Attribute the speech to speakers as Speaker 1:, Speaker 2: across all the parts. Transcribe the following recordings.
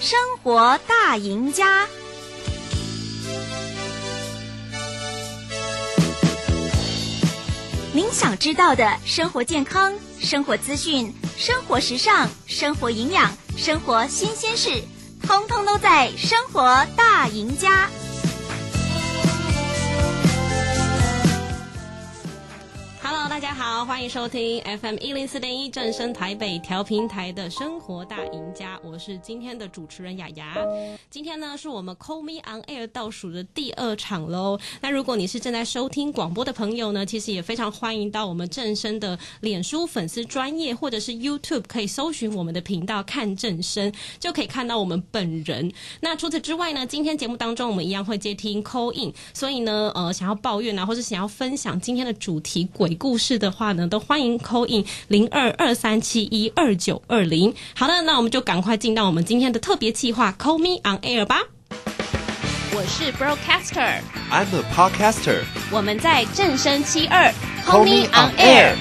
Speaker 1: 生活大赢家》。您想知道的生活健康、生活资讯、生活时尚、生活营养、生活新鲜事，通通都在《生活大赢家》。
Speaker 2: Hello，大家好，欢迎收听 FM 一零四点一正声台北调频台的生活大赢家，我是今天的主持人雅雅。今天呢是我们 Call Me on Air 倒数的第二场喽。那如果你是正在收听广播的朋友呢，其实也非常欢迎到我们正声的脸书粉丝专业或者是 YouTube 可以搜寻我们的频道看正声，就可以看到我们本人。那除此之外呢，今天节目当中我们一样会接听 Call In，所以呢，呃，想要抱怨啊，或是想要分享今天的主题鬼故事的话呢，都欢迎 Call In 零二二三七一二九二零。好的，那我们就赶快进到我们今天的特别企划 Call Me on Air 吧。
Speaker 1: 我是 Broadcaster，
Speaker 3: I'm a podcaster.
Speaker 1: 我们在正声七二
Speaker 3: Call me on air.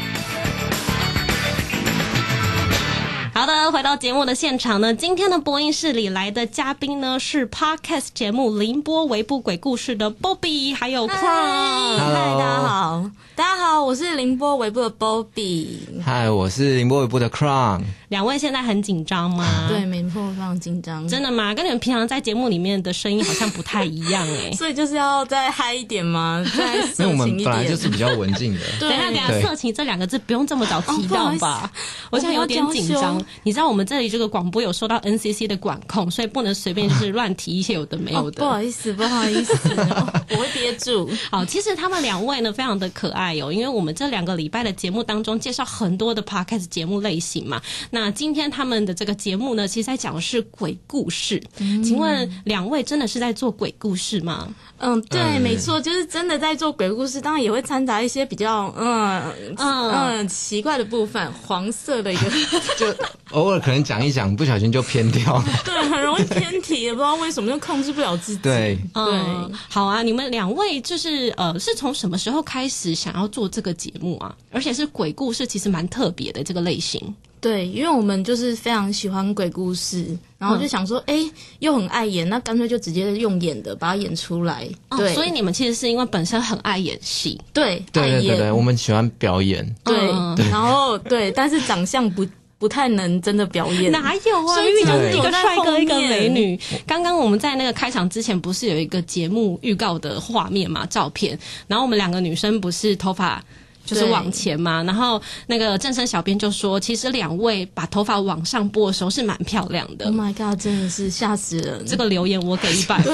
Speaker 2: 好的，回到节目的现场呢，今天的播音室里来的嘉宾呢是 Podcast 节目《凌波微步鬼故事》的 Bobby，还有 Crown。
Speaker 4: 嗯嗨，大家好，大家好，我是凌波微步的 Bobby。
Speaker 3: 嗨，我是凌波微步的 Crown。
Speaker 2: 两位现在很紧张吗？
Speaker 4: 对，没错，我非常紧张，
Speaker 2: 啊真的吗？跟你们平常在节目里面的声音好像不太一样哎、
Speaker 4: 所以就是要再嗨一点嘛，再
Speaker 3: 因为
Speaker 4: 色
Speaker 3: 我们
Speaker 4: 情一
Speaker 3: 本来
Speaker 4: 点。
Speaker 3: 就是比较文静的。
Speaker 4: 对
Speaker 2: 等一下，等一下，
Speaker 3: 对
Speaker 2: 色情这两个字不用这么早提到吧？我
Speaker 4: 哦不好意思
Speaker 2: 现在有点紧
Speaker 4: 我比较
Speaker 2: 张
Speaker 4: 娇羞。
Speaker 2: 你知道我们这里这个广播有受到 NCC 的管控，所以不能随便就是乱提一些有的没有
Speaker 4: 哦，
Speaker 2: 的。
Speaker 4: 不好意思，不好意思，哦我会憋住。
Speaker 2: 好，其实他们两位呢非常的可爱哦，因为我们这两个礼拜的节目当中介绍很多的 podcast 节目类型嘛。那今天他们的这个节目呢，其实在讲的是鬼故事。请问两位真的是在做鬼故事吗？
Speaker 4: 嗯，对，
Speaker 3: 嗯
Speaker 4: 没错，就是真的在做鬼故事，当然也会掺杂一些比较嗯
Speaker 2: 嗯
Speaker 4: 嗯奇怪的部分，黄色的一个，
Speaker 3: 就偶尔可能讲一讲，不小心就偏 掉。
Speaker 4: 对，很容易偏题，也不知道为什么，就控制不了自己。
Speaker 3: 对，
Speaker 2: 嗯，好啊，你们两位就是呃，是从什么时候开始想要做这个节目啊？而且是鬼故事，其实蛮特别的这个类型。
Speaker 4: 对，因为我们就是非常喜欢鬼故事，
Speaker 2: 嗯
Speaker 4: 然后就想说，哎、又很爱演，那干脆就直接用演的把它演出来。
Speaker 2: 哦
Speaker 4: 对，
Speaker 2: 所以你们其实是因为本身很爱演戏，
Speaker 4: 对
Speaker 3: 对
Speaker 4: 爱
Speaker 3: 对对对，
Speaker 4: 演
Speaker 3: 我们喜欢表演。
Speaker 4: 对
Speaker 2: 嗯
Speaker 4: 然后对，但是长相不不太能真的表演。
Speaker 2: 哪有啊？
Speaker 4: 所以
Speaker 2: 明明就是一个
Speaker 3: 只能
Speaker 4: 躲在
Speaker 2: 帅哥，
Speaker 4: 后
Speaker 2: 一个
Speaker 4: 面
Speaker 2: 美女。刚刚我们在那个开场之前，不是有一个节目预告的画面嘛，照片，然后我们两个女生不是头发。就是
Speaker 4: 对
Speaker 2: 往前嘛，然后那个正生小编就说，其实两位把头发往上拨的时候是蛮漂亮的。
Speaker 4: Oh my god！真的是吓死人。
Speaker 2: 这个留言我给一百分。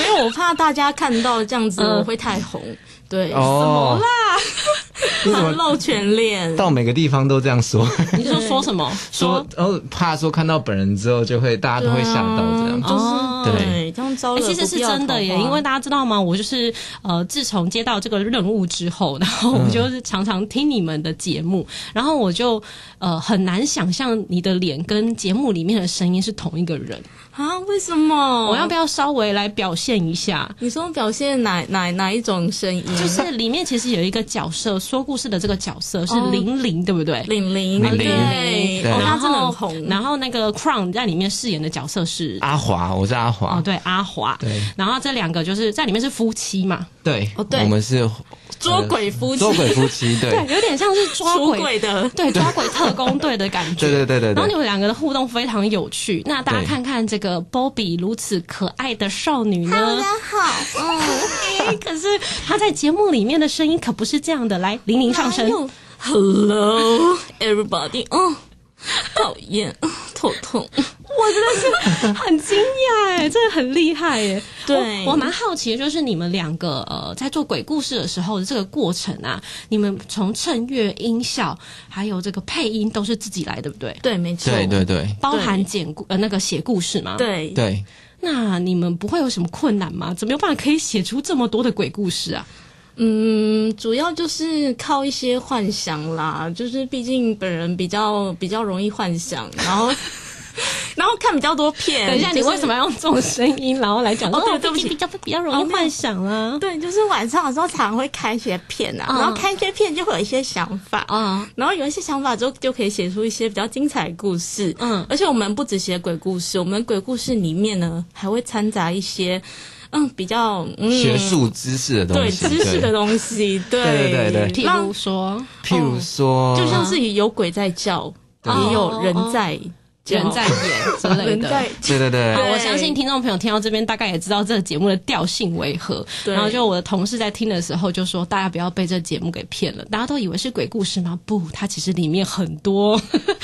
Speaker 4: 没有，我怕大家看到这样子，
Speaker 2: 嗯
Speaker 4: 我会太红。对，
Speaker 3: 哦，
Speaker 4: 怕露全脸。
Speaker 3: 到每个地方都这样说，
Speaker 2: 你说说什么？
Speaker 3: 说哦，怕说看到本人之后就会大家都会吓到这样。
Speaker 4: 啊就是、
Speaker 2: 哦
Speaker 4: 对，这样招
Speaker 2: 哎、
Speaker 4: 惹
Speaker 2: 其实是
Speaker 4: 不必要的
Speaker 2: 真的耶，
Speaker 4: 桃花
Speaker 2: 因为大家知道吗？我就是呃，自从接到这个任务之后，然后我就是常常听你们的节目，然后我就呃很难想象你的脸跟节目里面的声音是同一个人。
Speaker 4: 啊，为什么？
Speaker 2: 我要不要稍微来表现一下？
Speaker 4: 你说表现哪哪哪一种声音？
Speaker 2: 就是里面其实有一个角色，说故事的这个角色是
Speaker 4: 哦
Speaker 2: 玲玲，对不对？
Speaker 4: 玲玲，
Speaker 3: 玲玲
Speaker 4: 对，
Speaker 3: 对
Speaker 4: 哦，
Speaker 2: 然
Speaker 4: 她
Speaker 2: 后
Speaker 4: 真的很红。
Speaker 2: 然后那个 Crown 在里面饰演的角色是
Speaker 3: 阿华，我是阿
Speaker 2: 哦，
Speaker 3: 华。
Speaker 2: 对，阿华。
Speaker 3: 对
Speaker 2: 然后这两个就是在里面是夫妻嘛，
Speaker 3: 对
Speaker 4: 哦对
Speaker 3: 我们是呃
Speaker 4: 捉鬼夫妻
Speaker 3: 捉鬼夫妻。 对
Speaker 2: 有点像是抓
Speaker 4: 出
Speaker 2: 鬼，
Speaker 4: 轨的，
Speaker 2: 对，抓鬼特工队的感觉。
Speaker 3: 对对对对
Speaker 2: 然后你
Speaker 3: 对。
Speaker 2: 们两个的互动非常有趣，那大家
Speaker 3: 对
Speaker 2: 看看这个 Bobby 如此可爱的少女呢？
Speaker 4: 好，嗯，
Speaker 2: 哎可是她在节目里面的声音可不是这样的。来，玲玲上身，
Speaker 4: Hello everybody，嗯，讨厌， 头痛，
Speaker 2: 很惊讶哎，真的很厉害哎。
Speaker 4: 对
Speaker 2: 我我蛮好奇，就是你们两个呃在做鬼故事的时候的这个过程啊，你们从衬乐、音效还有这个配音都是自己来，对不对？
Speaker 4: 对，没错，
Speaker 3: 对对对
Speaker 2: 包含剪故呃那个写故事嘛，
Speaker 4: 对对，
Speaker 3: 对，
Speaker 2: 那你们不会有什么困难吗？怎么有办法可以写出这么多的鬼故事啊？
Speaker 4: 嗯，主要就是靠一些幻想啦，就是毕竟本人比较比较容易幻想，然后 然后看比较多片。
Speaker 2: 等一下，
Speaker 4: 就是
Speaker 2: 你为什么要用这种声音，然后来 讲？
Speaker 4: 哦对
Speaker 2: 说
Speaker 4: 对不起
Speaker 2: 比较比较容哦易幻想啊啦。
Speaker 4: 对，就是晚上的时候常常会看一些片啊，
Speaker 2: 嗯
Speaker 4: 然后看一些片就会有一些想法，哦
Speaker 2: 啊，
Speaker 4: 然后有一些想法之后就可以写出一些比较精彩的故事。
Speaker 2: 嗯
Speaker 4: 而且我们不只写鬼故事，我们鬼故事里面呢还会掺杂一些嗯比较嗯
Speaker 3: 学术知识的东
Speaker 4: 对
Speaker 3: 西，
Speaker 4: 知识的东西，对
Speaker 3: 对对对
Speaker 2: 譬
Speaker 4: 让
Speaker 2: 如说
Speaker 3: 譬如说，
Speaker 4: 哦就像是有鬼在
Speaker 2: 哦
Speaker 4: 叫，
Speaker 3: 对
Speaker 4: 也有人在叫
Speaker 2: 人在演之类
Speaker 4: 人
Speaker 2: 的。
Speaker 4: 在
Speaker 3: 对对对
Speaker 2: 好，
Speaker 4: 对
Speaker 2: 我相信听众朋友听到这边，大概也知道这个节目的调性为何。
Speaker 4: 对
Speaker 2: 然后就我的同事在听的时候就说，大家不要被这节目给骗了，大家都以为是鬼故事吗？不，它其实里面很多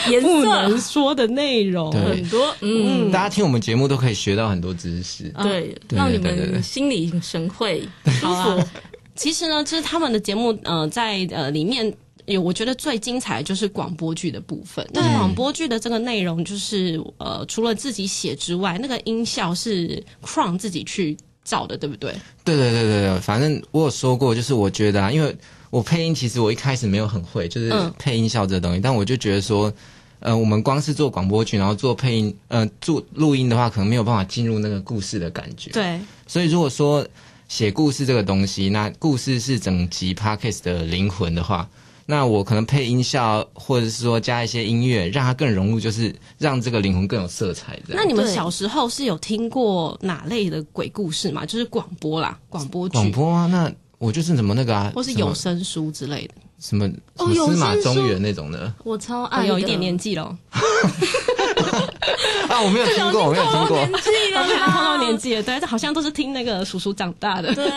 Speaker 4: 颜
Speaker 2: 不能
Speaker 4: 色
Speaker 2: 说的内容。
Speaker 3: 对
Speaker 4: 很多，嗯，
Speaker 3: 大家听我们节目都可以学到很多知识。
Speaker 4: 对，
Speaker 3: 对
Speaker 4: 让你
Speaker 3: 对对对
Speaker 4: 们心领神会，舒
Speaker 2: 嗯好啊
Speaker 4: 服
Speaker 2: 啦。其实呢，就是他们的节目，呃，在呃里面。有，我觉得最精彩的就是广播剧的部分。但是广播剧的这个内容，就是呃，除了自己写之外，那个音效是 Crown 自己去找的，对不对？
Speaker 3: 对对对对对，反正我有说过，就是我觉得啊，因为我配音其实我一开始没有很会，就是
Speaker 2: 嗯
Speaker 3: 配音效这个东西，但我就觉得说，呃，我们光是做广播剧，然后做配音，呃，做录音的话，可能没有办法进入那个故事的感觉。，
Speaker 2: 对，
Speaker 3: 所以如果说写故事这个东西，那故事是整集 podcast 的灵魂的话。那我可能配音效，或者是说加一些音乐，让它更融入，就是让这个灵魂更有色彩。这
Speaker 2: 那
Speaker 3: 样
Speaker 2: 你们
Speaker 4: 对
Speaker 2: 小时候是有听过哪类的鬼故事吗？就是广播啦，广播剧，
Speaker 3: 广播啊，那我就是怎么那个啊，
Speaker 2: 或是
Speaker 3: 什么
Speaker 2: 有声书之类的。
Speaker 3: 什么什
Speaker 4: 哦
Speaker 3: 么
Speaker 4: 有
Speaker 3: 司马
Speaker 4: 声
Speaker 3: 中
Speaker 4: 书
Speaker 3: 原那种的
Speaker 4: 我超
Speaker 2: 我
Speaker 4: 爱，
Speaker 2: 有一点年纪 了，
Speaker 3: 啊，我没有听过，我没有听过。
Speaker 4: 纪
Speaker 2: 我
Speaker 4: 了
Speaker 2: 们
Speaker 4: 啦，
Speaker 2: 碰到年纪了，对，这好像都是听那个叔叔长大的。
Speaker 4: 对，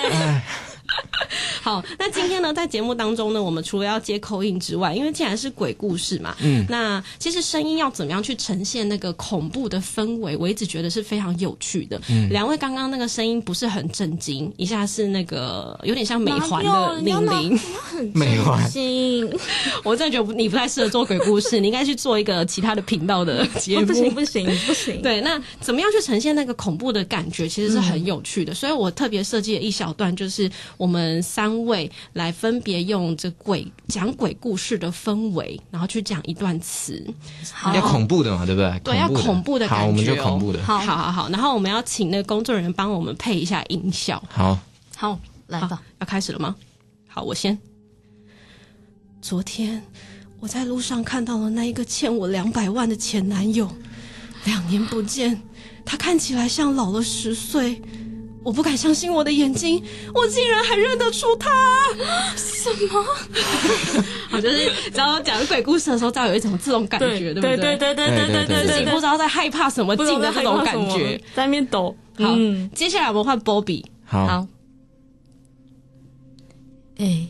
Speaker 2: 好，那今天呢，在节目当中呢，我们除了要接口音之外，因为既然是鬼故事嘛，嗯，那其实声音要怎么样去呈现那个恐怖的氛围，我一直觉得是非常有趣的。两位刚刚那个声音不是很震惊，一下是那个有点像美环的
Speaker 4: 哪有
Speaker 2: 玲玲，
Speaker 3: 美环
Speaker 4: 行，
Speaker 2: 我真的觉得你不太适合做鬼故事，你应该去做一个其他的频道 的节目。
Speaker 4: 哎哦不行不行不行，
Speaker 2: 对，那怎么样去呈现那个恐怖的感觉，其实是很有趣的。所以我特别设计了一小段，就是我们三位来分别用这鬼讲鬼故事的氛围，然后去讲一段词。
Speaker 4: 好
Speaker 3: 要恐怖的嘛，对不对？
Speaker 2: 对要
Speaker 3: 的
Speaker 2: 恐怖的感觉
Speaker 3: 好，我们就
Speaker 2: 哦
Speaker 3: 恐怖的。
Speaker 4: 好
Speaker 2: 好好好，然后我们要请那个工作人员帮我们配一下音效。
Speaker 3: 好，
Speaker 4: 好来
Speaker 2: 好，
Speaker 4: 吧，
Speaker 2: 要开始了吗？好，我先。昨天我在路上看到了那一个欠我两百万的前男友，两年不见，他看起来像老了十岁。我不敢相信我的眼睛，我竟然还认得出他！什 么？我就是只要讲鬼故事的时候，再有一种这种感觉，对不
Speaker 4: 对
Speaker 2: 对
Speaker 4: 对对对
Speaker 3: 对
Speaker 4: 对
Speaker 3: 对对
Speaker 2: 自己
Speaker 4: 对
Speaker 2: 不知道在害怕什么
Speaker 4: 不知道
Speaker 2: 劲的这种
Speaker 4: 在害
Speaker 2: 感
Speaker 4: 怕什么
Speaker 2: 觉。，
Speaker 4: 在那边抖，
Speaker 2: 好，
Speaker 4: 嗯
Speaker 2: 接下来我们换 Bobby。
Speaker 3: 好，
Speaker 4: 好。哎、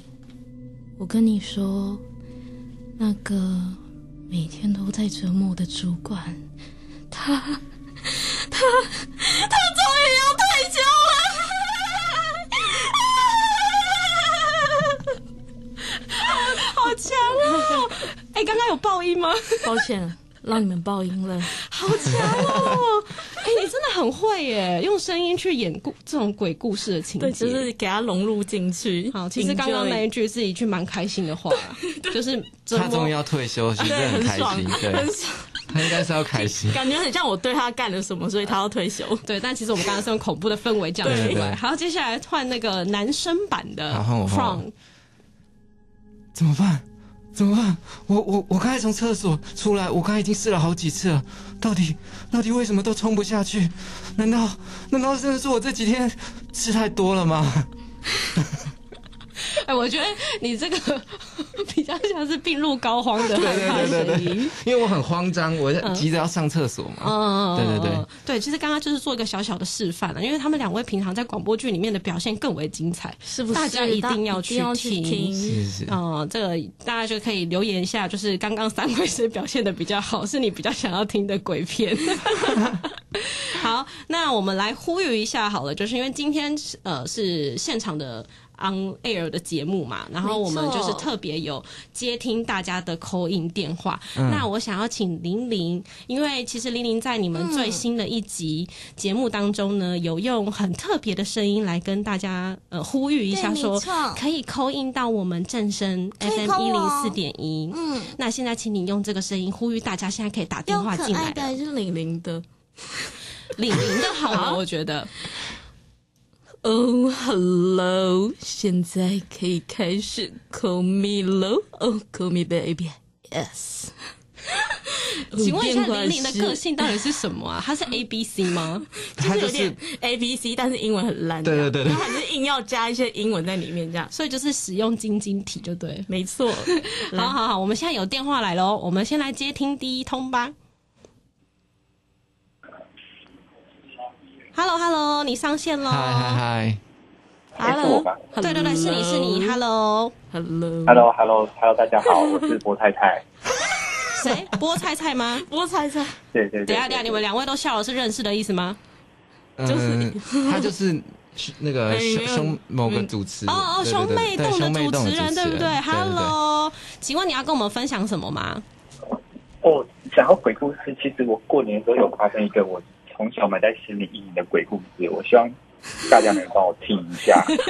Speaker 4: 我跟你说，那个每天都在折磨我的主管，他他他终于要退休了。
Speaker 2: 好强哦！ 哎、刚刚有爆音吗？
Speaker 4: 抱歉，让你们爆音了。
Speaker 2: 好强哦！ 哎、你真的很会耶，用声音去演故这种鬼故事的情节。
Speaker 4: 对，就是给他融入进去。
Speaker 2: 好，其实刚刚那
Speaker 4: Enjoy
Speaker 2: 一句是一句蛮开心的 话，就是折
Speaker 3: 他终
Speaker 2: 磨
Speaker 3: 于。要退休，其实
Speaker 4: 对
Speaker 3: 很
Speaker 4: 很
Speaker 3: 开
Speaker 4: 爽
Speaker 3: 心，，
Speaker 4: 很
Speaker 3: 对，
Speaker 4: 爽，
Speaker 3: 他应该是要开心。
Speaker 4: 感觉很像我对他干了什么，所以他要退休。
Speaker 2: 对，但其实我们刚刚是用恐怖的氛围讲
Speaker 3: 对
Speaker 2: 出
Speaker 3: 对
Speaker 2: 来。
Speaker 3: 对
Speaker 2: 好，接下来换那个男生版的
Speaker 3: 好换我
Speaker 2: f
Speaker 3: 换
Speaker 2: r
Speaker 3: 我
Speaker 2: o m
Speaker 3: 怎么办？怎么办？我我我刚才从厕所出来，我刚才已经试了好几次了，到底到底为什么都冲不下去？难道难道真的是我这几天吃太多了吗？
Speaker 2: 哎、我觉得你这个 比较像是病入膏肓的害怕
Speaker 3: 对对 对
Speaker 2: 声音。
Speaker 3: 因为我很慌张，我急着要上厕所嘛。
Speaker 2: 嗯，
Speaker 3: 对对对
Speaker 2: 对，其实刚刚就是做一个小小的示范啊了，因为他们两位平常在广播剧里面的表现更为精彩，
Speaker 4: 是不是？
Speaker 2: 大家一定要去
Speaker 4: 一去听。
Speaker 3: 是是，
Speaker 2: 哦，这个大家就可以留言一下，就是刚刚三位谁表现的比较好，是你比较想要听的鬼片。好，那我们来呼吁一下好了，就是因为今天呃是现场的。 on air 的节目嘛，然后我们
Speaker 4: 没
Speaker 2: 就
Speaker 4: 错
Speaker 2: 是特别有接听大家的 call in 电话。那我想要请玲玲，因为其实玲玲在你们最新的一集节目当中呢，有用很特别的声音来跟大家呃呼吁一下
Speaker 5: 对没
Speaker 2: 说，
Speaker 5: 错
Speaker 2: 可以 call in 到我们正声
Speaker 5: 以
Speaker 2: FM
Speaker 5: call
Speaker 2: 一零
Speaker 5: 哦
Speaker 2: 四点一。
Speaker 5: 嗯，
Speaker 2: 那现在，请你用这个声音呼吁大家，现在可以打电
Speaker 4: 用
Speaker 2: 话
Speaker 4: 可
Speaker 2: 进来
Speaker 4: 爱的
Speaker 2: 了。
Speaker 4: 还是玲玲的？
Speaker 2: 玲玲的好了，我觉得。
Speaker 4: 哦、h e l l o 现在可以开始 call me 喽。哦、c a l l me baby，yes。
Speaker 2: 请问一下，玲玲的个
Speaker 4: 性？
Speaker 2: 性到底是什么啊？她是 A B C 吗？
Speaker 3: 他
Speaker 4: 就
Speaker 3: 就是
Speaker 4: 有
Speaker 3: 是
Speaker 4: 点 A B C，但是英文很烂。
Speaker 3: 对对对对
Speaker 4: 然后还是硬要加一些英文在里面，这样
Speaker 2: 所以就是使用晶晶体就对。
Speaker 4: 没 错。
Speaker 2: 好好好，我们现在有电话来喽，我们先来接听第一通吧。Hello Hello，你上线喽
Speaker 3: 嗨嗨嗨，
Speaker 6: 是我吧
Speaker 4: Hello，
Speaker 2: 对对对，是你是你，Hello，
Speaker 4: Hello，
Speaker 6: ？Hello，Hello，Hello，大家 好，我是博太太。
Speaker 2: 谁？菠菜菜吗？
Speaker 4: 我猜猜，
Speaker 6: 对对对，
Speaker 2: 等一下等一下，你们两位都笑了，是认识的意思吗？
Speaker 3: 嗯，他就是 那个
Speaker 4: 哎没
Speaker 3: 兄
Speaker 4: 有
Speaker 3: 兄某个主持人
Speaker 2: 哦哦，
Speaker 3: 对
Speaker 2: 兄
Speaker 3: 嗯对
Speaker 2: 妹
Speaker 3: 对
Speaker 2: 洞
Speaker 3: 兄
Speaker 2: 的主
Speaker 3: 洞
Speaker 2: 持人，对不对
Speaker 3: 对
Speaker 2: ？Hello，请问你要跟我们分享什么吗？
Speaker 6: 哦，讲到鬼故事，其实我过年的时候有发生一个我从小埋在心里阴影的鬼故事，我希望大家能帮我听一 下。
Speaker 3: 对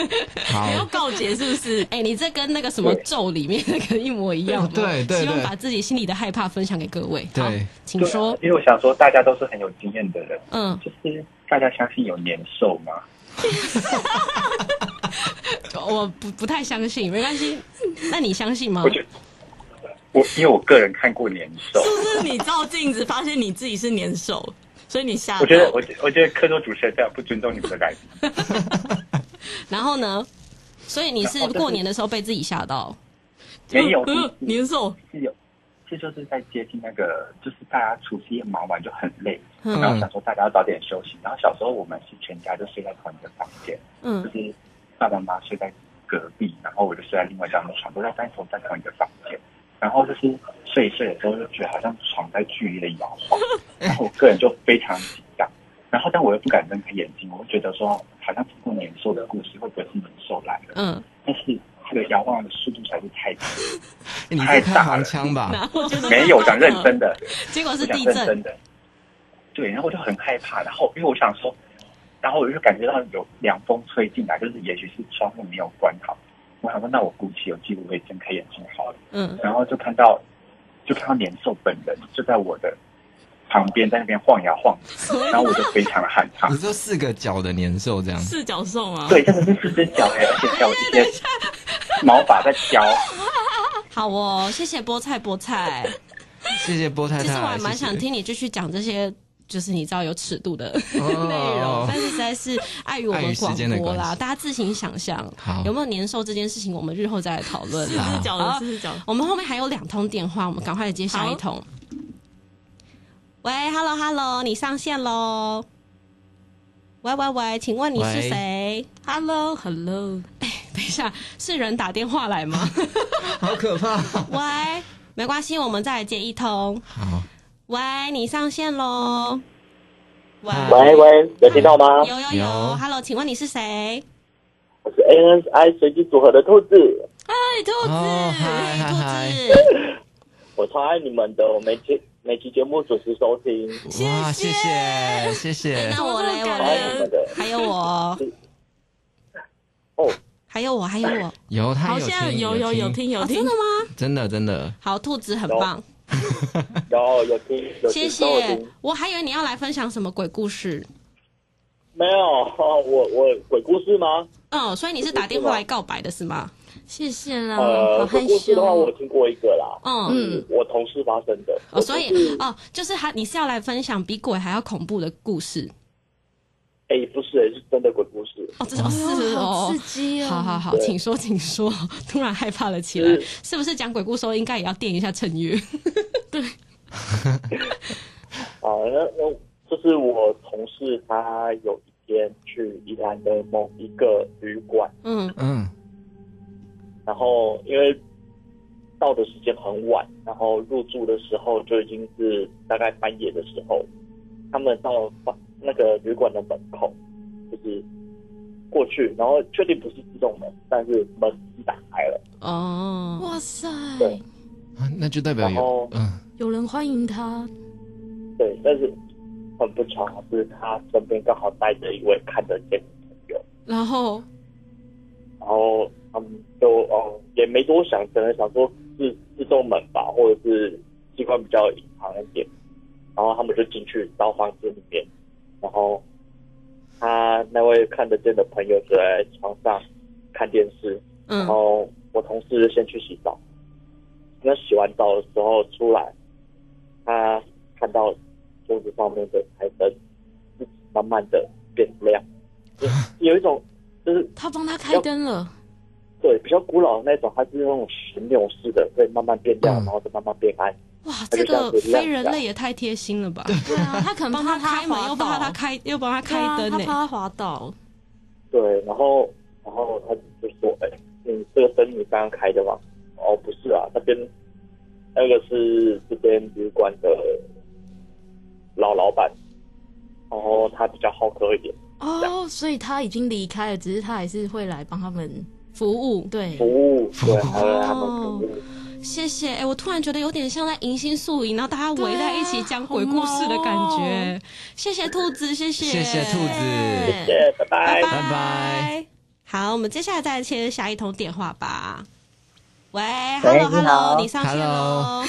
Speaker 3: 好，哎
Speaker 4: 告解是不是？
Speaker 2: 哎、你这跟那个什么咒里面那个一模一样吗，
Speaker 3: 对对
Speaker 2: 希望
Speaker 3: 对
Speaker 2: 把自己心里的害怕分享给各位。好
Speaker 3: 对，
Speaker 2: 请说。
Speaker 6: 因为我想说大家都是很有经验的人，
Speaker 2: 嗯，
Speaker 6: 就是大家相信有年兽吗？
Speaker 2: 我不不太相信，没关系。那你相信吗
Speaker 6: 我？觉得我因为我个人看过年兽，
Speaker 4: 就是你照镜子发现你自己是年兽，所以你
Speaker 2: 啊
Speaker 4: 吓到。
Speaker 6: 我觉得我我觉得科多主持人非常不尊重你们的来宾。
Speaker 2: 然后呢？所以你是
Speaker 6: 然后就是
Speaker 2: 过年的时候被自己吓到？
Speaker 6: 没 有，
Speaker 4: 嗯年兽
Speaker 6: 是有，这就是在接近那个，就是大家除夕夜忙完就很累，
Speaker 2: 嗯
Speaker 6: 然后想说大家要早点休息。然后小时候我们是全家就睡在同一个房间，就
Speaker 2: 嗯，
Speaker 6: 是爸爸妈妈睡在隔壁，然后我就睡在另外一张床，都在单床在同一个房间。然后就是睡一睡的时候，就觉得好像床在剧烈的摇 晃，然后我个人就非常紧张。然后但我又不敢睁开眼睛，我就觉得说好像听过年兽的故事，会不会是年兽来了？
Speaker 2: 嗯，
Speaker 6: 但是这个摇晃的速度实在是 太快了
Speaker 3: 你
Speaker 6: 太
Speaker 3: 在开
Speaker 6: 大
Speaker 3: 黄
Speaker 6: 了
Speaker 3: 腔吧？
Speaker 2: 然后
Speaker 6: 没有讲认真的。
Speaker 2: 结果
Speaker 6: 我
Speaker 2: 是
Speaker 6: 想
Speaker 2: 地
Speaker 6: 认
Speaker 2: 震
Speaker 6: 真，的。对，然后我就很害怕，然后因为我想说，然后我就感觉到有凉风吹进来，就是也许是窗户没有关好，我想说那我鼓起勇气，我也睁开眼睛好了，
Speaker 2: 嗯，
Speaker 6: 然后就看到就看到年兽本人就在我的旁边，在那边晃呀晃，然后我就非常的害怕
Speaker 3: 你，说四个角的年兽这样，
Speaker 4: 四角兽吗？
Speaker 6: 对，真的是四只脚哎，而且还有一些毛发在飘，
Speaker 2: 好哦，谢谢菠菜菠菜。
Speaker 3: 谢谢波太 太，
Speaker 2: 其实我还蛮
Speaker 3: 谢谢
Speaker 2: 想听你继续讲这些，就是你知道有尺度的 内
Speaker 3: 哦
Speaker 2: 容，但是实在是碍于我
Speaker 3: 碍
Speaker 2: 们
Speaker 3: 于时
Speaker 2: 广
Speaker 3: 间的
Speaker 2: 播
Speaker 3: 关
Speaker 2: 啦，
Speaker 3: 系
Speaker 2: 大家自行想象
Speaker 3: 好啊
Speaker 2: 有没有年兽这件事情，我们日后再来讨论
Speaker 4: 四
Speaker 2: 啦。
Speaker 4: 只脚的
Speaker 2: 好
Speaker 4: 四只脚。
Speaker 2: 我们后面还有两通电话，我们赶快来接下一通。喂，Hello Hello，你上线喽。喂喂喂，请问你是
Speaker 3: 喂
Speaker 2: 谁？
Speaker 4: Hello，Hello，
Speaker 2: 等一下，是人打电话来 吗？
Speaker 3: 好可怕。
Speaker 2: 喂，没关系，我们再来接一通。
Speaker 3: 好，
Speaker 2: 喂，你上线喽。喂
Speaker 7: 喂喂，有听到吗？
Speaker 2: 有有有
Speaker 3: 有
Speaker 2: h e l l o 请问你是谁？
Speaker 7: 我是 ANSI 随机组合的兔子，
Speaker 4: 哎，兔
Speaker 3: 哦，
Speaker 4: 子，
Speaker 3: 嗨嗨
Speaker 4: 哎
Speaker 3: 嗨，
Speaker 2: 子，
Speaker 7: 我超爱你们的，我每期每期节目准时收听，
Speaker 3: 哇，谢谢谢谢，
Speaker 2: 哎那我嘞，我
Speaker 7: 超爱你
Speaker 2: 嘞，
Speaker 7: 们的。
Speaker 4: 哎
Speaker 2: 还有我，
Speaker 7: 哦，
Speaker 2: 还有我，还有我，
Speaker 3: 有他
Speaker 4: 好
Speaker 3: 有
Speaker 4: 像
Speaker 3: 听
Speaker 4: 有有有，听有
Speaker 2: 哦
Speaker 4: 听
Speaker 2: 真的，吗？
Speaker 3: 真的真的，
Speaker 2: 好，兔子很棒，
Speaker 7: 然后有听有
Speaker 2: 谢
Speaker 7: 听都有
Speaker 2: 谢
Speaker 7: 听，。
Speaker 2: 我还以为你要来分享什么鬼故事，
Speaker 7: 没有， 哦我我鬼故事吗？
Speaker 2: 嗯，所以你是打电话来告白的是吗？
Speaker 4: 谢谢啦，哦好
Speaker 7: 呃，
Speaker 4: 害
Speaker 7: 鬼故事
Speaker 4: 羞
Speaker 7: 的话，我
Speaker 4: 哦。
Speaker 7: 听过一个啦，
Speaker 2: 嗯，
Speaker 4: 嗯，
Speaker 7: 我同事发生的。
Speaker 2: 哦，所以哦，就是他，你是要来分享比鬼还要恐怖的故事
Speaker 7: 哎，不是，是真的鬼故事。
Speaker 2: 哦，这是哦是
Speaker 4: 好
Speaker 2: 哦
Speaker 4: 刺。激哦！
Speaker 2: 好好好，
Speaker 7: 对
Speaker 2: 请说，请说。 突然害怕了起来，是不是讲鬼故事的时候应该也要垫一下衬乐？
Speaker 7: 啊，那那就是我同事他有一天去宜兰的某一个旅馆。
Speaker 2: 嗯
Speaker 3: 嗯
Speaker 7: 然后因为到的时间很晚，然后入住的时候就已经是大概半夜的时候，他们到房那个旅馆的门口，就是
Speaker 8: 过去，然后确定不是自动门，但是门是打开了，
Speaker 2: 哦，
Speaker 4: 哇塞，
Speaker 8: 对
Speaker 3: 啊，那就代表
Speaker 8: 然
Speaker 3: 有
Speaker 8: 后，
Speaker 3: 嗯，
Speaker 4: 有人欢迎他，
Speaker 8: 对，但是很不巧，是他身边刚好带着一位看得见的朋友，
Speaker 2: 然后
Speaker 8: 然后他们就哦也没多想，可能想说是自动门吧，或者是机关比较隐藏一点，然后他们就进去到房间里面，然后他那位看得见的朋友就在床上看电视，
Speaker 2: 嗯
Speaker 8: 然，后我同事先去洗澡，那洗完澡的时候出来，他看到桌子上面的台灯自己慢慢的变亮，就有一种就是
Speaker 4: 他帮他开灯了，
Speaker 8: 对比较古老的那种，它是那种旋钮式的，会慢慢变亮，
Speaker 3: 嗯
Speaker 8: 然后再慢慢变暗。
Speaker 2: 哇，
Speaker 8: 那
Speaker 2: 啊这
Speaker 8: 就
Speaker 2: 个
Speaker 8: 像是一样
Speaker 2: 非人类也太贴心了吧！
Speaker 4: 对啊，他可能
Speaker 2: 帮
Speaker 4: 怕
Speaker 2: 开门，
Speaker 4: 滑
Speaker 2: 又怕
Speaker 4: 倒
Speaker 2: 他开，又帮他
Speaker 4: 对
Speaker 2: 开
Speaker 4: 啊
Speaker 2: 灯欸
Speaker 4: 他
Speaker 2: 呢、
Speaker 4: 怕他滑倒，
Speaker 8: 对，然后然后他就说：“哎、你这个灯你刚刚开的吗？”哦，不是啊，那边那个是这边旅馆的老老板，然后他比较好客一点，
Speaker 4: 哦，所以他已经离开了，只是他还是会来帮他们，
Speaker 2: 服务。
Speaker 4: 对
Speaker 8: 服，务对，还有他们服务，
Speaker 2: 谢谢，哎、我突然觉得有点像在迎新宿营，然后大家围在一起讲鬼故事的感
Speaker 4: 好
Speaker 2: 觉。
Speaker 4: 毛
Speaker 2: 谢谢兔子，谢谢，
Speaker 3: 谢谢兔子，
Speaker 8: 谢谢，拜
Speaker 2: 拜。
Speaker 8: 拜
Speaker 3: 拜拜。
Speaker 2: 好，我们接下来再接下一通电话吧。喂
Speaker 9: 喂
Speaker 2: ，Hello
Speaker 9: 你好
Speaker 2: Hello，你上线喽。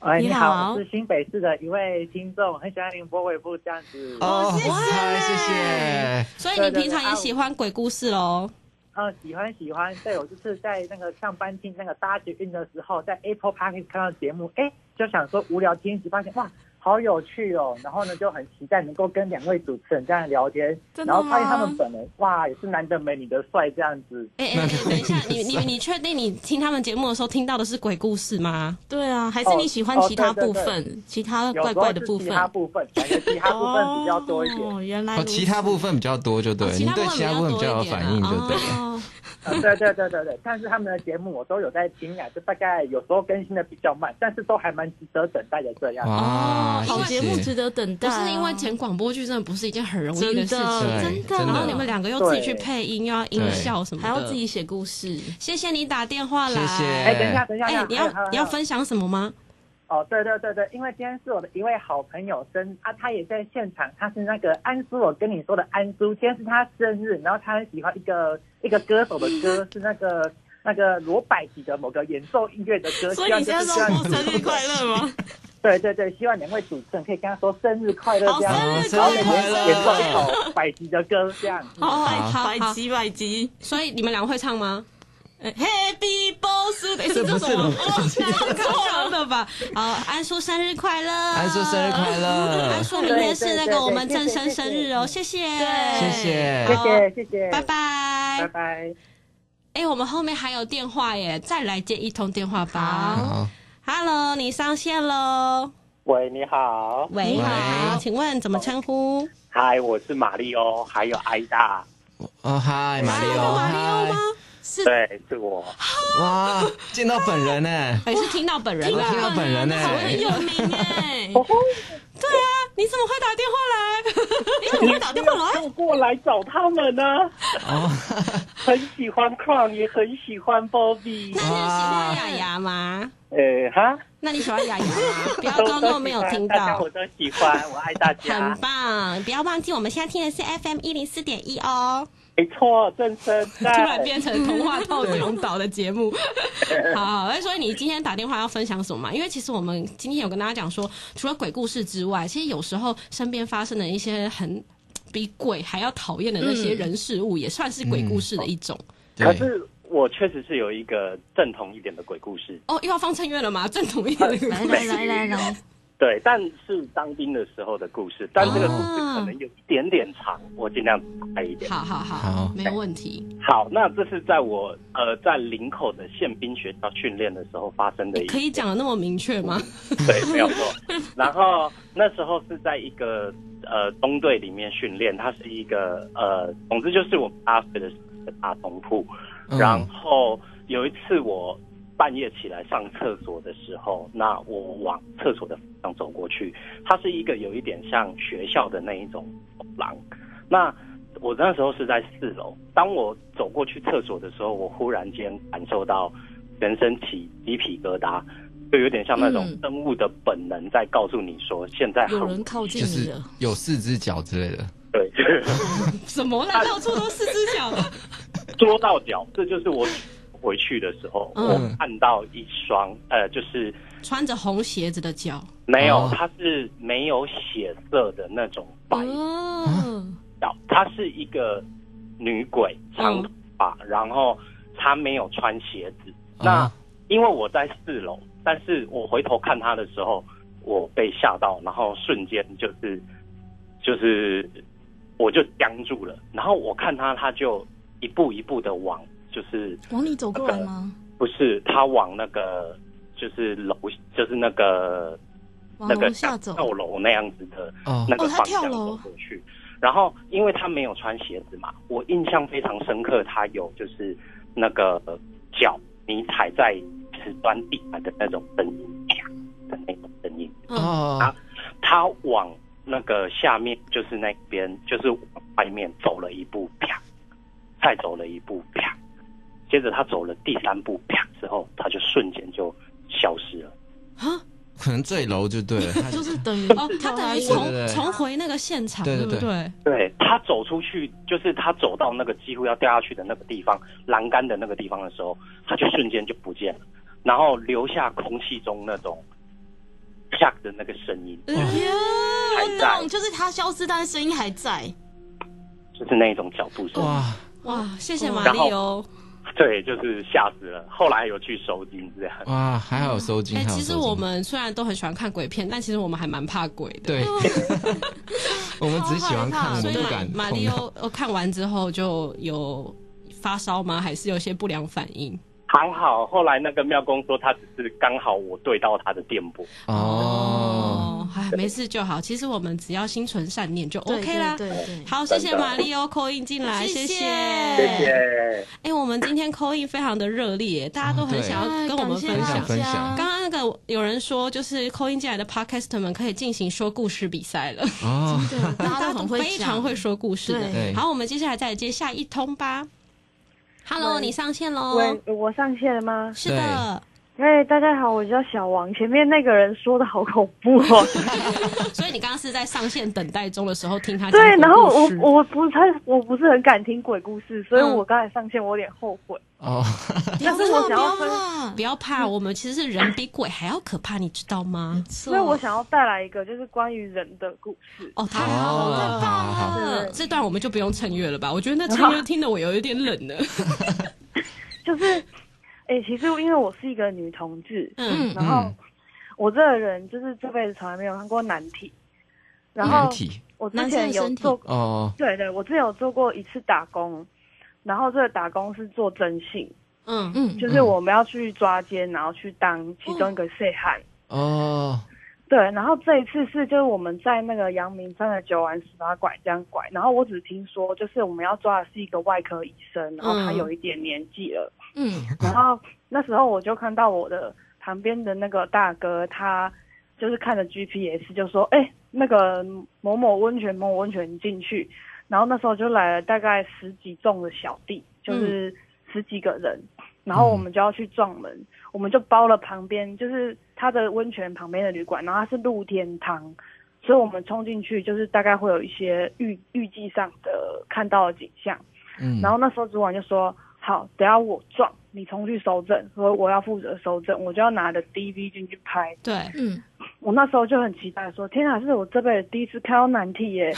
Speaker 9: 哎，
Speaker 4: 你
Speaker 9: 你
Speaker 4: 好
Speaker 9: 好，我是新北市的一位听众，很喜欢您播尾部这样子。
Speaker 3: 哦，
Speaker 2: 谢谢
Speaker 3: 嗨，谢谢，
Speaker 2: 所以你平常也喜欢鬼故事喽？
Speaker 9: 呃，喜欢喜欢，对我就是在那个上班听那个搭捷运的时候，在 Apple Park 看到节目，哎，就想说无聊听一集，发现哇，好有趣哦，然后呢就很期待能够跟两位主持人这样聊天，
Speaker 4: 真
Speaker 9: 然
Speaker 4: 的吗
Speaker 9: 后发现他们本人哇也是男的美女的帅这样子，
Speaker 2: 哎 哎哎，等一下，你你你确定你听他们节目的时候听到的是鬼故事吗？
Speaker 4: 对啊，还是你喜欢
Speaker 9: 哦
Speaker 4: 其他
Speaker 9: 对对
Speaker 4: 部
Speaker 9: 对
Speaker 4: 分，其他哦
Speaker 9: 有
Speaker 4: 怪
Speaker 9: 时
Speaker 4: 怪
Speaker 9: 候
Speaker 4: 的
Speaker 9: 是
Speaker 4: 部
Speaker 9: 其
Speaker 4: 分，
Speaker 9: 他部分，感觉其他部分比较多一点。
Speaker 4: 哦，原来
Speaker 3: 哦，
Speaker 4: 如
Speaker 3: 其他部分比较多就对了，
Speaker 2: 哦
Speaker 3: 你对
Speaker 2: 部
Speaker 3: 其他部分比较有
Speaker 2: 多一点啊
Speaker 3: 反应就对了。
Speaker 2: 哦
Speaker 9: 呃对对对对对，但是他们的节目我都有在听啊，就大概有时候更新的比较慢，但是都还蛮值得等待的这样。
Speaker 3: 哇，
Speaker 2: 哦
Speaker 4: 好节
Speaker 3: 啊谢
Speaker 4: 目
Speaker 3: 谢，
Speaker 4: 值得等待
Speaker 2: 不
Speaker 4: 啊，
Speaker 2: 是因为剪广播剧真的不是一件很容易的事情，
Speaker 3: 对
Speaker 4: 真的真
Speaker 2: 然后
Speaker 4: 的，
Speaker 2: 你们两个又自己去配音，又要音效什么的，
Speaker 4: 还要自己。写故事，
Speaker 2: 谢谢你打电
Speaker 4: 啊
Speaker 2: 话来，
Speaker 3: 谢谢
Speaker 9: 哎，等一下，等一下，
Speaker 2: 哎，你
Speaker 9: 等一下还有还
Speaker 2: 要
Speaker 9: 有
Speaker 2: 你要分享什么吗？
Speaker 9: 哦，对对对对，因为今天是我的一位好朋友生啊，他也在现场，他是那个安叔，我跟你说的安叔，今天是他生日，然后他很喜欢一个一个歌手的歌，是那个 那个罗百吉的某个演奏音乐的歌，
Speaker 4: 所
Speaker 9: 希
Speaker 4: 以
Speaker 9: 望
Speaker 4: 你
Speaker 9: 就
Speaker 4: 现在
Speaker 9: 是
Speaker 4: 说
Speaker 9: 希望
Speaker 4: 我生日 快乐吗？
Speaker 9: 对对对，希望两位主持人可以跟他说生日快乐这样，
Speaker 3: 好生日
Speaker 9: 然后每
Speaker 3: 快
Speaker 9: 天
Speaker 3: 乐
Speaker 9: 演奏一首百吉的歌这样。
Speaker 2: 哦，好
Speaker 4: 百
Speaker 2: 好，
Speaker 4: 集百集
Speaker 2: 所以你们两个会唱吗？
Speaker 4: 哎，Happy Birthday，是
Speaker 3: 这不
Speaker 4: 这
Speaker 3: 是
Speaker 4: 首
Speaker 3: 我
Speaker 4: 吗
Speaker 3: 们？
Speaker 4: 哦唱错
Speaker 2: 唱
Speaker 4: 了，
Speaker 2: 的吧？ 好，安叔生日快乐！
Speaker 3: 安
Speaker 2: 安
Speaker 3: 叔生日快乐
Speaker 2: 安，叔明天是那个我们正生生日哦，谢谢，
Speaker 3: 谢
Speaker 4: 对
Speaker 3: 谢
Speaker 9: 谢。哦谢谢谢，
Speaker 2: 拜
Speaker 9: 拜
Speaker 2: 拜。
Speaker 9: 拜。
Speaker 2: 哎，我们后面还有电话耶，再来接一通电话吧。
Speaker 3: 好，
Speaker 2: Hello，你上线喽。
Speaker 10: 喂，你好，
Speaker 2: 喂，
Speaker 3: 喂
Speaker 2: 好，请问怎么称呼？
Speaker 10: 嗨，我是马里欧，还有艾达，
Speaker 3: 哦，嗨，马里
Speaker 2: 是
Speaker 3: 奥，
Speaker 2: 马里奥吗
Speaker 3: 嗨，？
Speaker 10: 对，是我，
Speaker 3: 哇，见到本人呢，
Speaker 2: 哎，是听到本人
Speaker 3: 我
Speaker 2: 了。
Speaker 3: 听到本人呢，
Speaker 4: 好很有名哎，
Speaker 2: 对啊，你怎么会打电话来？ 你怎么会打电话来？
Speaker 10: 我过来找他们呢、
Speaker 3: 哦，
Speaker 10: 很喜欢 Crown，也很喜欢 Bobby，
Speaker 2: 那你喜欢雅雅吗？
Speaker 10: 呃，哈，
Speaker 2: 那你喜欢雅雅吗？ 不要
Speaker 10: 都
Speaker 2: 装
Speaker 10: 都
Speaker 2: 作没有
Speaker 10: 喜欢
Speaker 2: 听
Speaker 10: 大家
Speaker 2: 到
Speaker 10: 我。都喜欢，我爱大家
Speaker 2: 很，棒！不要忘记，我们现在听的是 FM 一零四点一哦。
Speaker 10: 没错，正声在，
Speaker 2: 突然变成童话套琼岛的节目。好，那所以你今天打电话要分享什么嘛？因为其实我们今天有跟大家讲说，除了鬼故事之外，其实有时候身边发生的一些很比鬼还要讨厌的那些人事物，也算是鬼故事的一种。
Speaker 10: 可
Speaker 3: 对，
Speaker 10: 是我确实是有一个正统一点的鬼故事，
Speaker 2: 哦，又要放正月了吗？正统一点的鬼故
Speaker 4: 来
Speaker 2: 事。
Speaker 4: 来来来来，
Speaker 10: 对，但是当兵的时候的故事，但这个故事
Speaker 2: 哦
Speaker 10: 可能有一点点长，我尽量快一点。
Speaker 2: 好好好，
Speaker 3: 好
Speaker 2: 没有问题。
Speaker 10: 好，那这是在我呃在林口的宪兵学校训练的时候发生的一
Speaker 2: 哎可以讲的那么明确吗？
Speaker 10: 对，没有错。然后那时候是在一个呃中队里面训练，它是一个呃，总之就是我们八岁的时候的大通铺。
Speaker 3: 嗯
Speaker 10: 然后有一次我半夜起来上厕所的时候，那我往厕所的方向走过去，它是一个有一点像学校的那一种走廊。那
Speaker 8: 我那时候是在四楼，当我走过去厕所的时候，我忽然间感受到全身起鸡皮疙瘩，就有点像那种
Speaker 4: 嗯
Speaker 8: 生物的本能在告诉你说，现在很
Speaker 4: 有人靠近
Speaker 3: 就
Speaker 4: 你
Speaker 3: 是啊
Speaker 4: 了，
Speaker 3: 有四只脚之类的。
Speaker 8: 对，
Speaker 2: 什么啦？到处都四只脚，
Speaker 8: 捉到脚，这就是我
Speaker 4: 嗯
Speaker 8: 回去的时候，
Speaker 2: 嗯
Speaker 8: 我看到一双呃，就是
Speaker 2: 穿着红鞋子的脚。
Speaker 8: 没有，
Speaker 3: 哦
Speaker 8: 它是没有血色的那种白
Speaker 2: 哦，
Speaker 8: 脚，她是一个女鬼，长头发，然后她没有穿鞋子。那
Speaker 3: 啊
Speaker 8: 因为我在四楼，但是我回头看她的时候，我被吓到，然后瞬间就是就是我就僵住了，然后我看她，她就一步一步的往就是
Speaker 4: 往你走过来吗？
Speaker 8: 不是她往那个就是楼就是那个
Speaker 4: 往
Speaker 8: 那个
Speaker 4: 楼下走，
Speaker 8: 跳楼那样子的
Speaker 3: 哦
Speaker 8: 那个
Speaker 4: 哦他
Speaker 8: 方
Speaker 4: 跳
Speaker 8: 向
Speaker 4: 楼
Speaker 8: 走过去。然后，因为他没有穿鞋子嘛，我印象非常深刻，他有就是那个脚你踩在瓷砖地板的那种声音啪的那种声音。
Speaker 2: 嗯
Speaker 9: 啊
Speaker 3: 哦
Speaker 8: 他往那个下面就是那边就是往外面走了一步，啪，再走了一步，啪，接着他走了第三步，啪之后，他就瞬间就消失了。
Speaker 3: 可能坠楼就对 了。他
Speaker 4: 就是等于
Speaker 2: 啊 哦，他等于
Speaker 3: 对
Speaker 2: 重
Speaker 3: 对对
Speaker 2: 重回那个现场，
Speaker 3: 对对
Speaker 2: 不
Speaker 3: 对
Speaker 2: 对？
Speaker 8: 对他走出去，就是他走到那个几乎要掉下去的那个地方，栏杆的那个地方的时候，他就瞬间就不见了，然后留下空气中那种啪的那个声音，还
Speaker 4: 我
Speaker 8: 在
Speaker 4: 懂，就是他消失，但是声音还在。
Speaker 8: 就是那一种脚步
Speaker 2: 哦
Speaker 8: 声。
Speaker 3: 哇，
Speaker 2: 哇，谢谢
Speaker 4: 哇
Speaker 2: 玛丽哦。
Speaker 8: 对，就是吓死了。后来有去收金这样。
Speaker 3: 哇，还好有收金。
Speaker 2: 哎，
Speaker 3: 还好有
Speaker 2: 其实
Speaker 3: 收金
Speaker 2: 我们虽然都很喜欢看鬼片，但其实我们还蛮怕鬼的。
Speaker 3: 对，我们只喜欢看，我
Speaker 2: 所
Speaker 3: 们
Speaker 2: 以
Speaker 3: 不
Speaker 2: 马
Speaker 3: 敢
Speaker 2: 马
Speaker 3: 碰
Speaker 2: 里
Speaker 3: 到。
Speaker 2: 奥呃看完之后就有发烧吗？还是有些不良反应？
Speaker 8: 还好，后来那个庙公说他只是刚好我对到他的电波，
Speaker 3: 哦，，
Speaker 2: 哎，没事就好。其实我们只要心存善念就
Speaker 4: 对
Speaker 2: OK 啦。
Speaker 4: 对对对，
Speaker 2: 好，谢谢马里奥扣印进来，谢
Speaker 4: 谢谢
Speaker 8: 谢
Speaker 4: 谢
Speaker 8: 谢。
Speaker 2: 哎、我们今天扣印非常的热烈，大家都很
Speaker 3: 对哎
Speaker 2: 想要跟我们分
Speaker 3: 很
Speaker 2: 享
Speaker 3: 想。分享
Speaker 2: 刚刚那个有人说，就是扣音进来的 podcaster 们可以进行说故事比赛了，
Speaker 3: 哦，
Speaker 4: 对， 大家
Speaker 2: 大
Speaker 4: 都
Speaker 2: 家
Speaker 4: 很
Speaker 2: 都
Speaker 4: 会
Speaker 2: 非常
Speaker 4: 讲
Speaker 2: 会说故事的。
Speaker 3: 对
Speaker 2: 好，我们接下来再接下一通吧。Hello，
Speaker 9: 喂
Speaker 2: 你上线喽
Speaker 9: 喂。，我上线 了吗？
Speaker 2: 是的，
Speaker 9: 哎，大家好，我叫小王。前面那个人说的好恐怖 哦。
Speaker 2: 所以你刚刚是在上线等待中的时候听他讲
Speaker 9: 对，
Speaker 2: 鬼
Speaker 9: 然后
Speaker 2: 故
Speaker 9: 我
Speaker 2: 事
Speaker 9: 我不太我不是很敢听鬼故事，所以
Speaker 2: 嗯
Speaker 9: 我刚才上线我有点后悔。
Speaker 3: 哦，
Speaker 9: 但是我想要分，
Speaker 2: 不要怕，我们其实是人比鬼还要可怕，你知道吗？
Speaker 9: 所以我想要带来一个就是关于人的故事。
Speaker 2: 哦，太
Speaker 4: 啊
Speaker 2: 好
Speaker 3: 哦，
Speaker 2: 了。
Speaker 3: 好好好，
Speaker 2: 呃
Speaker 9: 对
Speaker 2: 这段我们就不用趁月了吧？我觉得那趁月听得我有一点冷了。
Speaker 9: 就是，哎、其实因为我是一个女同志，
Speaker 2: 嗯，
Speaker 9: 然后
Speaker 3: 嗯
Speaker 9: 我这个人就是这辈子从来没有看过男体， 然后
Speaker 3: 难题
Speaker 9: 我之
Speaker 4: 男生的
Speaker 9: 前有
Speaker 4: 身体
Speaker 9: 做，
Speaker 3: 哦，
Speaker 9: 对对，我之前有做过一次打工，然后这个打工是做征信，
Speaker 2: 嗯，
Speaker 4: 嗯，
Speaker 9: 就是我们要去抓奸，然后去当其中一个被害。
Speaker 3: 哦，
Speaker 9: 对，然后这一次是就是我们在那个阳明山的九弯十八拐这样拐，然后我只听说就是我们要抓的是一个外科医生，然后他
Speaker 2: 嗯
Speaker 9: 有一点年纪了，
Speaker 4: 嗯
Speaker 9: 然后那时候我就看到我的旁边的那个大哥，他就是看着 GPS 就说，哎、那个某某温泉某某温泉你进去，然后那时候就来了大概十几众的小弟，就是十几个人，然后我们就要去撞门，我们就包了旁边就是他的温泉旁边的旅馆，然后它是露天汤。所以我们冲进去，就是大概会有一些预预计上的看到的景象，
Speaker 3: 嗯，
Speaker 9: 然后那时候主管就说：“好，等下我撞，你冲去收证，说我要负责收证，我就要拿着 DV 进去拍。
Speaker 2: 对，
Speaker 4: 嗯，”
Speaker 9: 我那时候就很期待，说：“天啊，这是我这辈子第一次看到难题耶，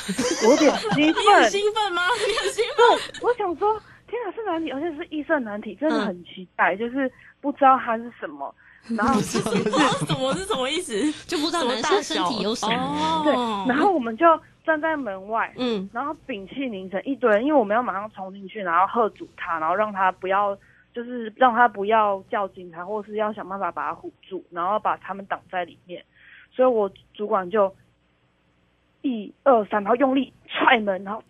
Speaker 9: 我有点兴奋。
Speaker 4: 你很 兴奋 吗？你很兴奋？”
Speaker 9: 我想说：“天啊，是难题，而且是异色难题，真的很期待，就是不知道它是什么。”然后
Speaker 4: 什么是什么意思？
Speaker 2: 就不知道男生身体有什么。
Speaker 9: 对，
Speaker 4: 哦
Speaker 9: 然后我们就站在门外，
Speaker 2: 嗯，
Speaker 9: 然后屏气凝神一堆人，因为我们要马上冲进去，然后喝阻他，然后让他不要，就是让他不要叫警察，或是要想办法把他唬住，然后把他们挡在里面。所以我主管就一二三，然后用力踹门，然后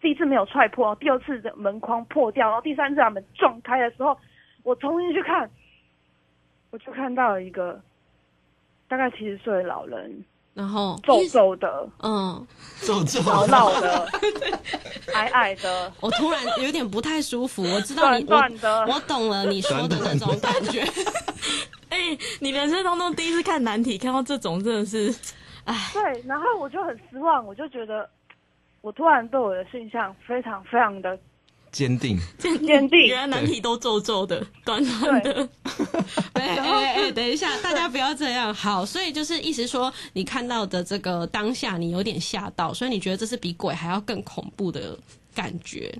Speaker 9: 第一次没有踹破，第二次的门框破掉，然后第三次把门撞开的时候，我冲进去看，我就看到了一个大概七十岁的老人，
Speaker 2: 然后
Speaker 9: 皱皱的、
Speaker 2: 嗯，
Speaker 3: 走 走，
Speaker 9: 老老的、矮矮 的、
Speaker 2: 我突然有点不太舒 服，我知道
Speaker 9: 短
Speaker 2: 你
Speaker 9: 短的
Speaker 2: 我，我懂了你说的那种感觉。
Speaker 4: 哎、你人生当中第一次看难题，看到这种真的是，哎，
Speaker 9: 对，然后我就很失望，我就觉得我突然对我的性向非常非 常的
Speaker 3: 坚定，
Speaker 9: 坚定，
Speaker 4: 原来难题都皱皱的、短短的，
Speaker 2: 哎哎哎，等一下，大家不要这样。好，所以就是意思说，你看到的这个当下，你有点吓到，所以你觉得这是比鬼还要更恐怖的感觉。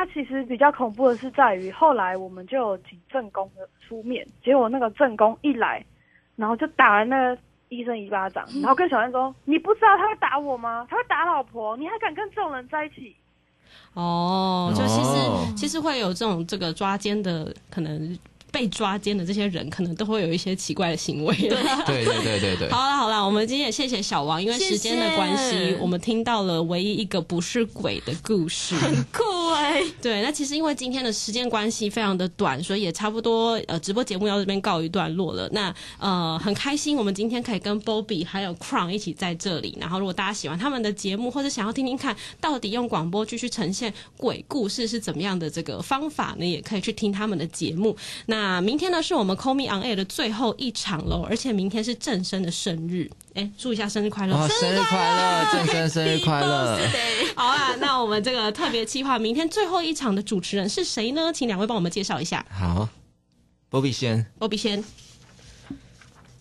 Speaker 9: 它其实比较恐怖的是在于，后来我们就有请正宫的出面，结果那个正宫一来，然后就打了那个医生一巴掌，
Speaker 2: 嗯
Speaker 9: 然后跟小燕说：“你不知道他会打我吗？他会打老婆，你还敢跟这种人在一起
Speaker 2: 哦，就其实、
Speaker 3: 哦
Speaker 2: 其实会有这种这个抓奸的，可能被抓奸的这些人，可能都会有一些奇怪的行为。
Speaker 3: 对对对对 对
Speaker 2: 好，啦好啦，我们今天也谢谢小王，因为时间的关系，
Speaker 4: 谢谢
Speaker 2: 我们听到了唯一一个不是鬼的故事。
Speaker 4: 酷哎、
Speaker 2: 对，那其实因为今天的时间关系非常的短，所以也差不多呃，直播节目要这边告一段落了。那呃，很开心我们今天可以跟 Bobby 还有 Crown 一起在这里。然后，如果大家喜欢他们的节目，或者想要听听看到底用广播剧去呈现鬼故事是怎么样的这个方法呢，也可以去听他们的节目。那明天呢是我们 Call Me On Air 的最后一场喽，而且明天是正生的生日，哎，祝一下生日快乐！
Speaker 3: 哇，哦生日快乐，郑生生日快乐！
Speaker 2: 好啦，那我们这个特别计划，明天最后一场的主持人是谁呢？请两位帮我们介绍一下。
Speaker 3: 好，波比先，
Speaker 2: 波比先，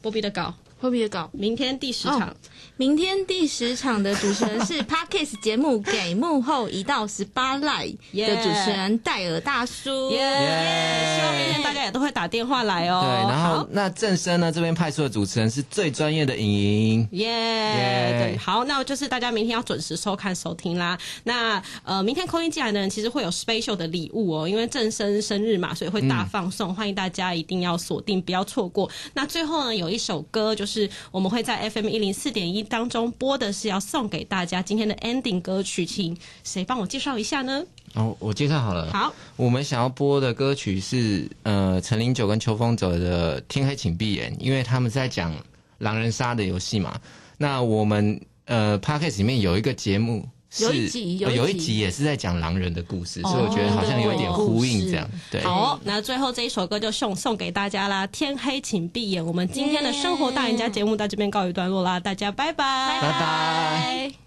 Speaker 2: 波比的稿，
Speaker 4: 会不会搞？
Speaker 2: 明天第十场，
Speaker 4: 明天第十场的主持人是 Parkes 节目给幕后一到十八赖的
Speaker 2: Yeah
Speaker 4: 主持人戴尔大叔。
Speaker 2: 耶、希望明天大家也都会打电话来哦。
Speaker 3: 对，然
Speaker 2: 好
Speaker 3: 后那郑生呢这边派出的主持人是最专业的影莹，
Speaker 2: 耶、
Speaker 3: Yeah
Speaker 2: 对，好，那就是大家明天要准时收看收听啦。那呃，明天扣音进来的人其实会有 special 的礼物哦，因为正生生日嘛，所以会大放送，欢迎大家一定要锁定，不要错过。那最后呢，有一首歌就是我们会在 FM 一零四点一当中播的是要送给大家今天的 ending 歌曲，请谁帮我介绍一下呢？
Speaker 3: 哦，我介绍好了。
Speaker 2: 好，
Speaker 3: 我们想要播的歌曲是呃陈零九跟秋风者的《天黑请闭眼》，因为他们在讲狼人杀的游戏嘛。那我们呃 p a c k a g e 里面有一个节目是。
Speaker 4: 有一集有
Speaker 3: 呃
Speaker 4: 一集
Speaker 3: 有一集也是在讲狼人的故事，所以我觉得好像有一点呼应这样。对，
Speaker 2: 好哦、那最后这一首歌就送送给大家啦，《天黑请闭眼》。我们今天的生活大赢家节目到这边告一段落啦，大家拜拜，拜
Speaker 3: 拜拜。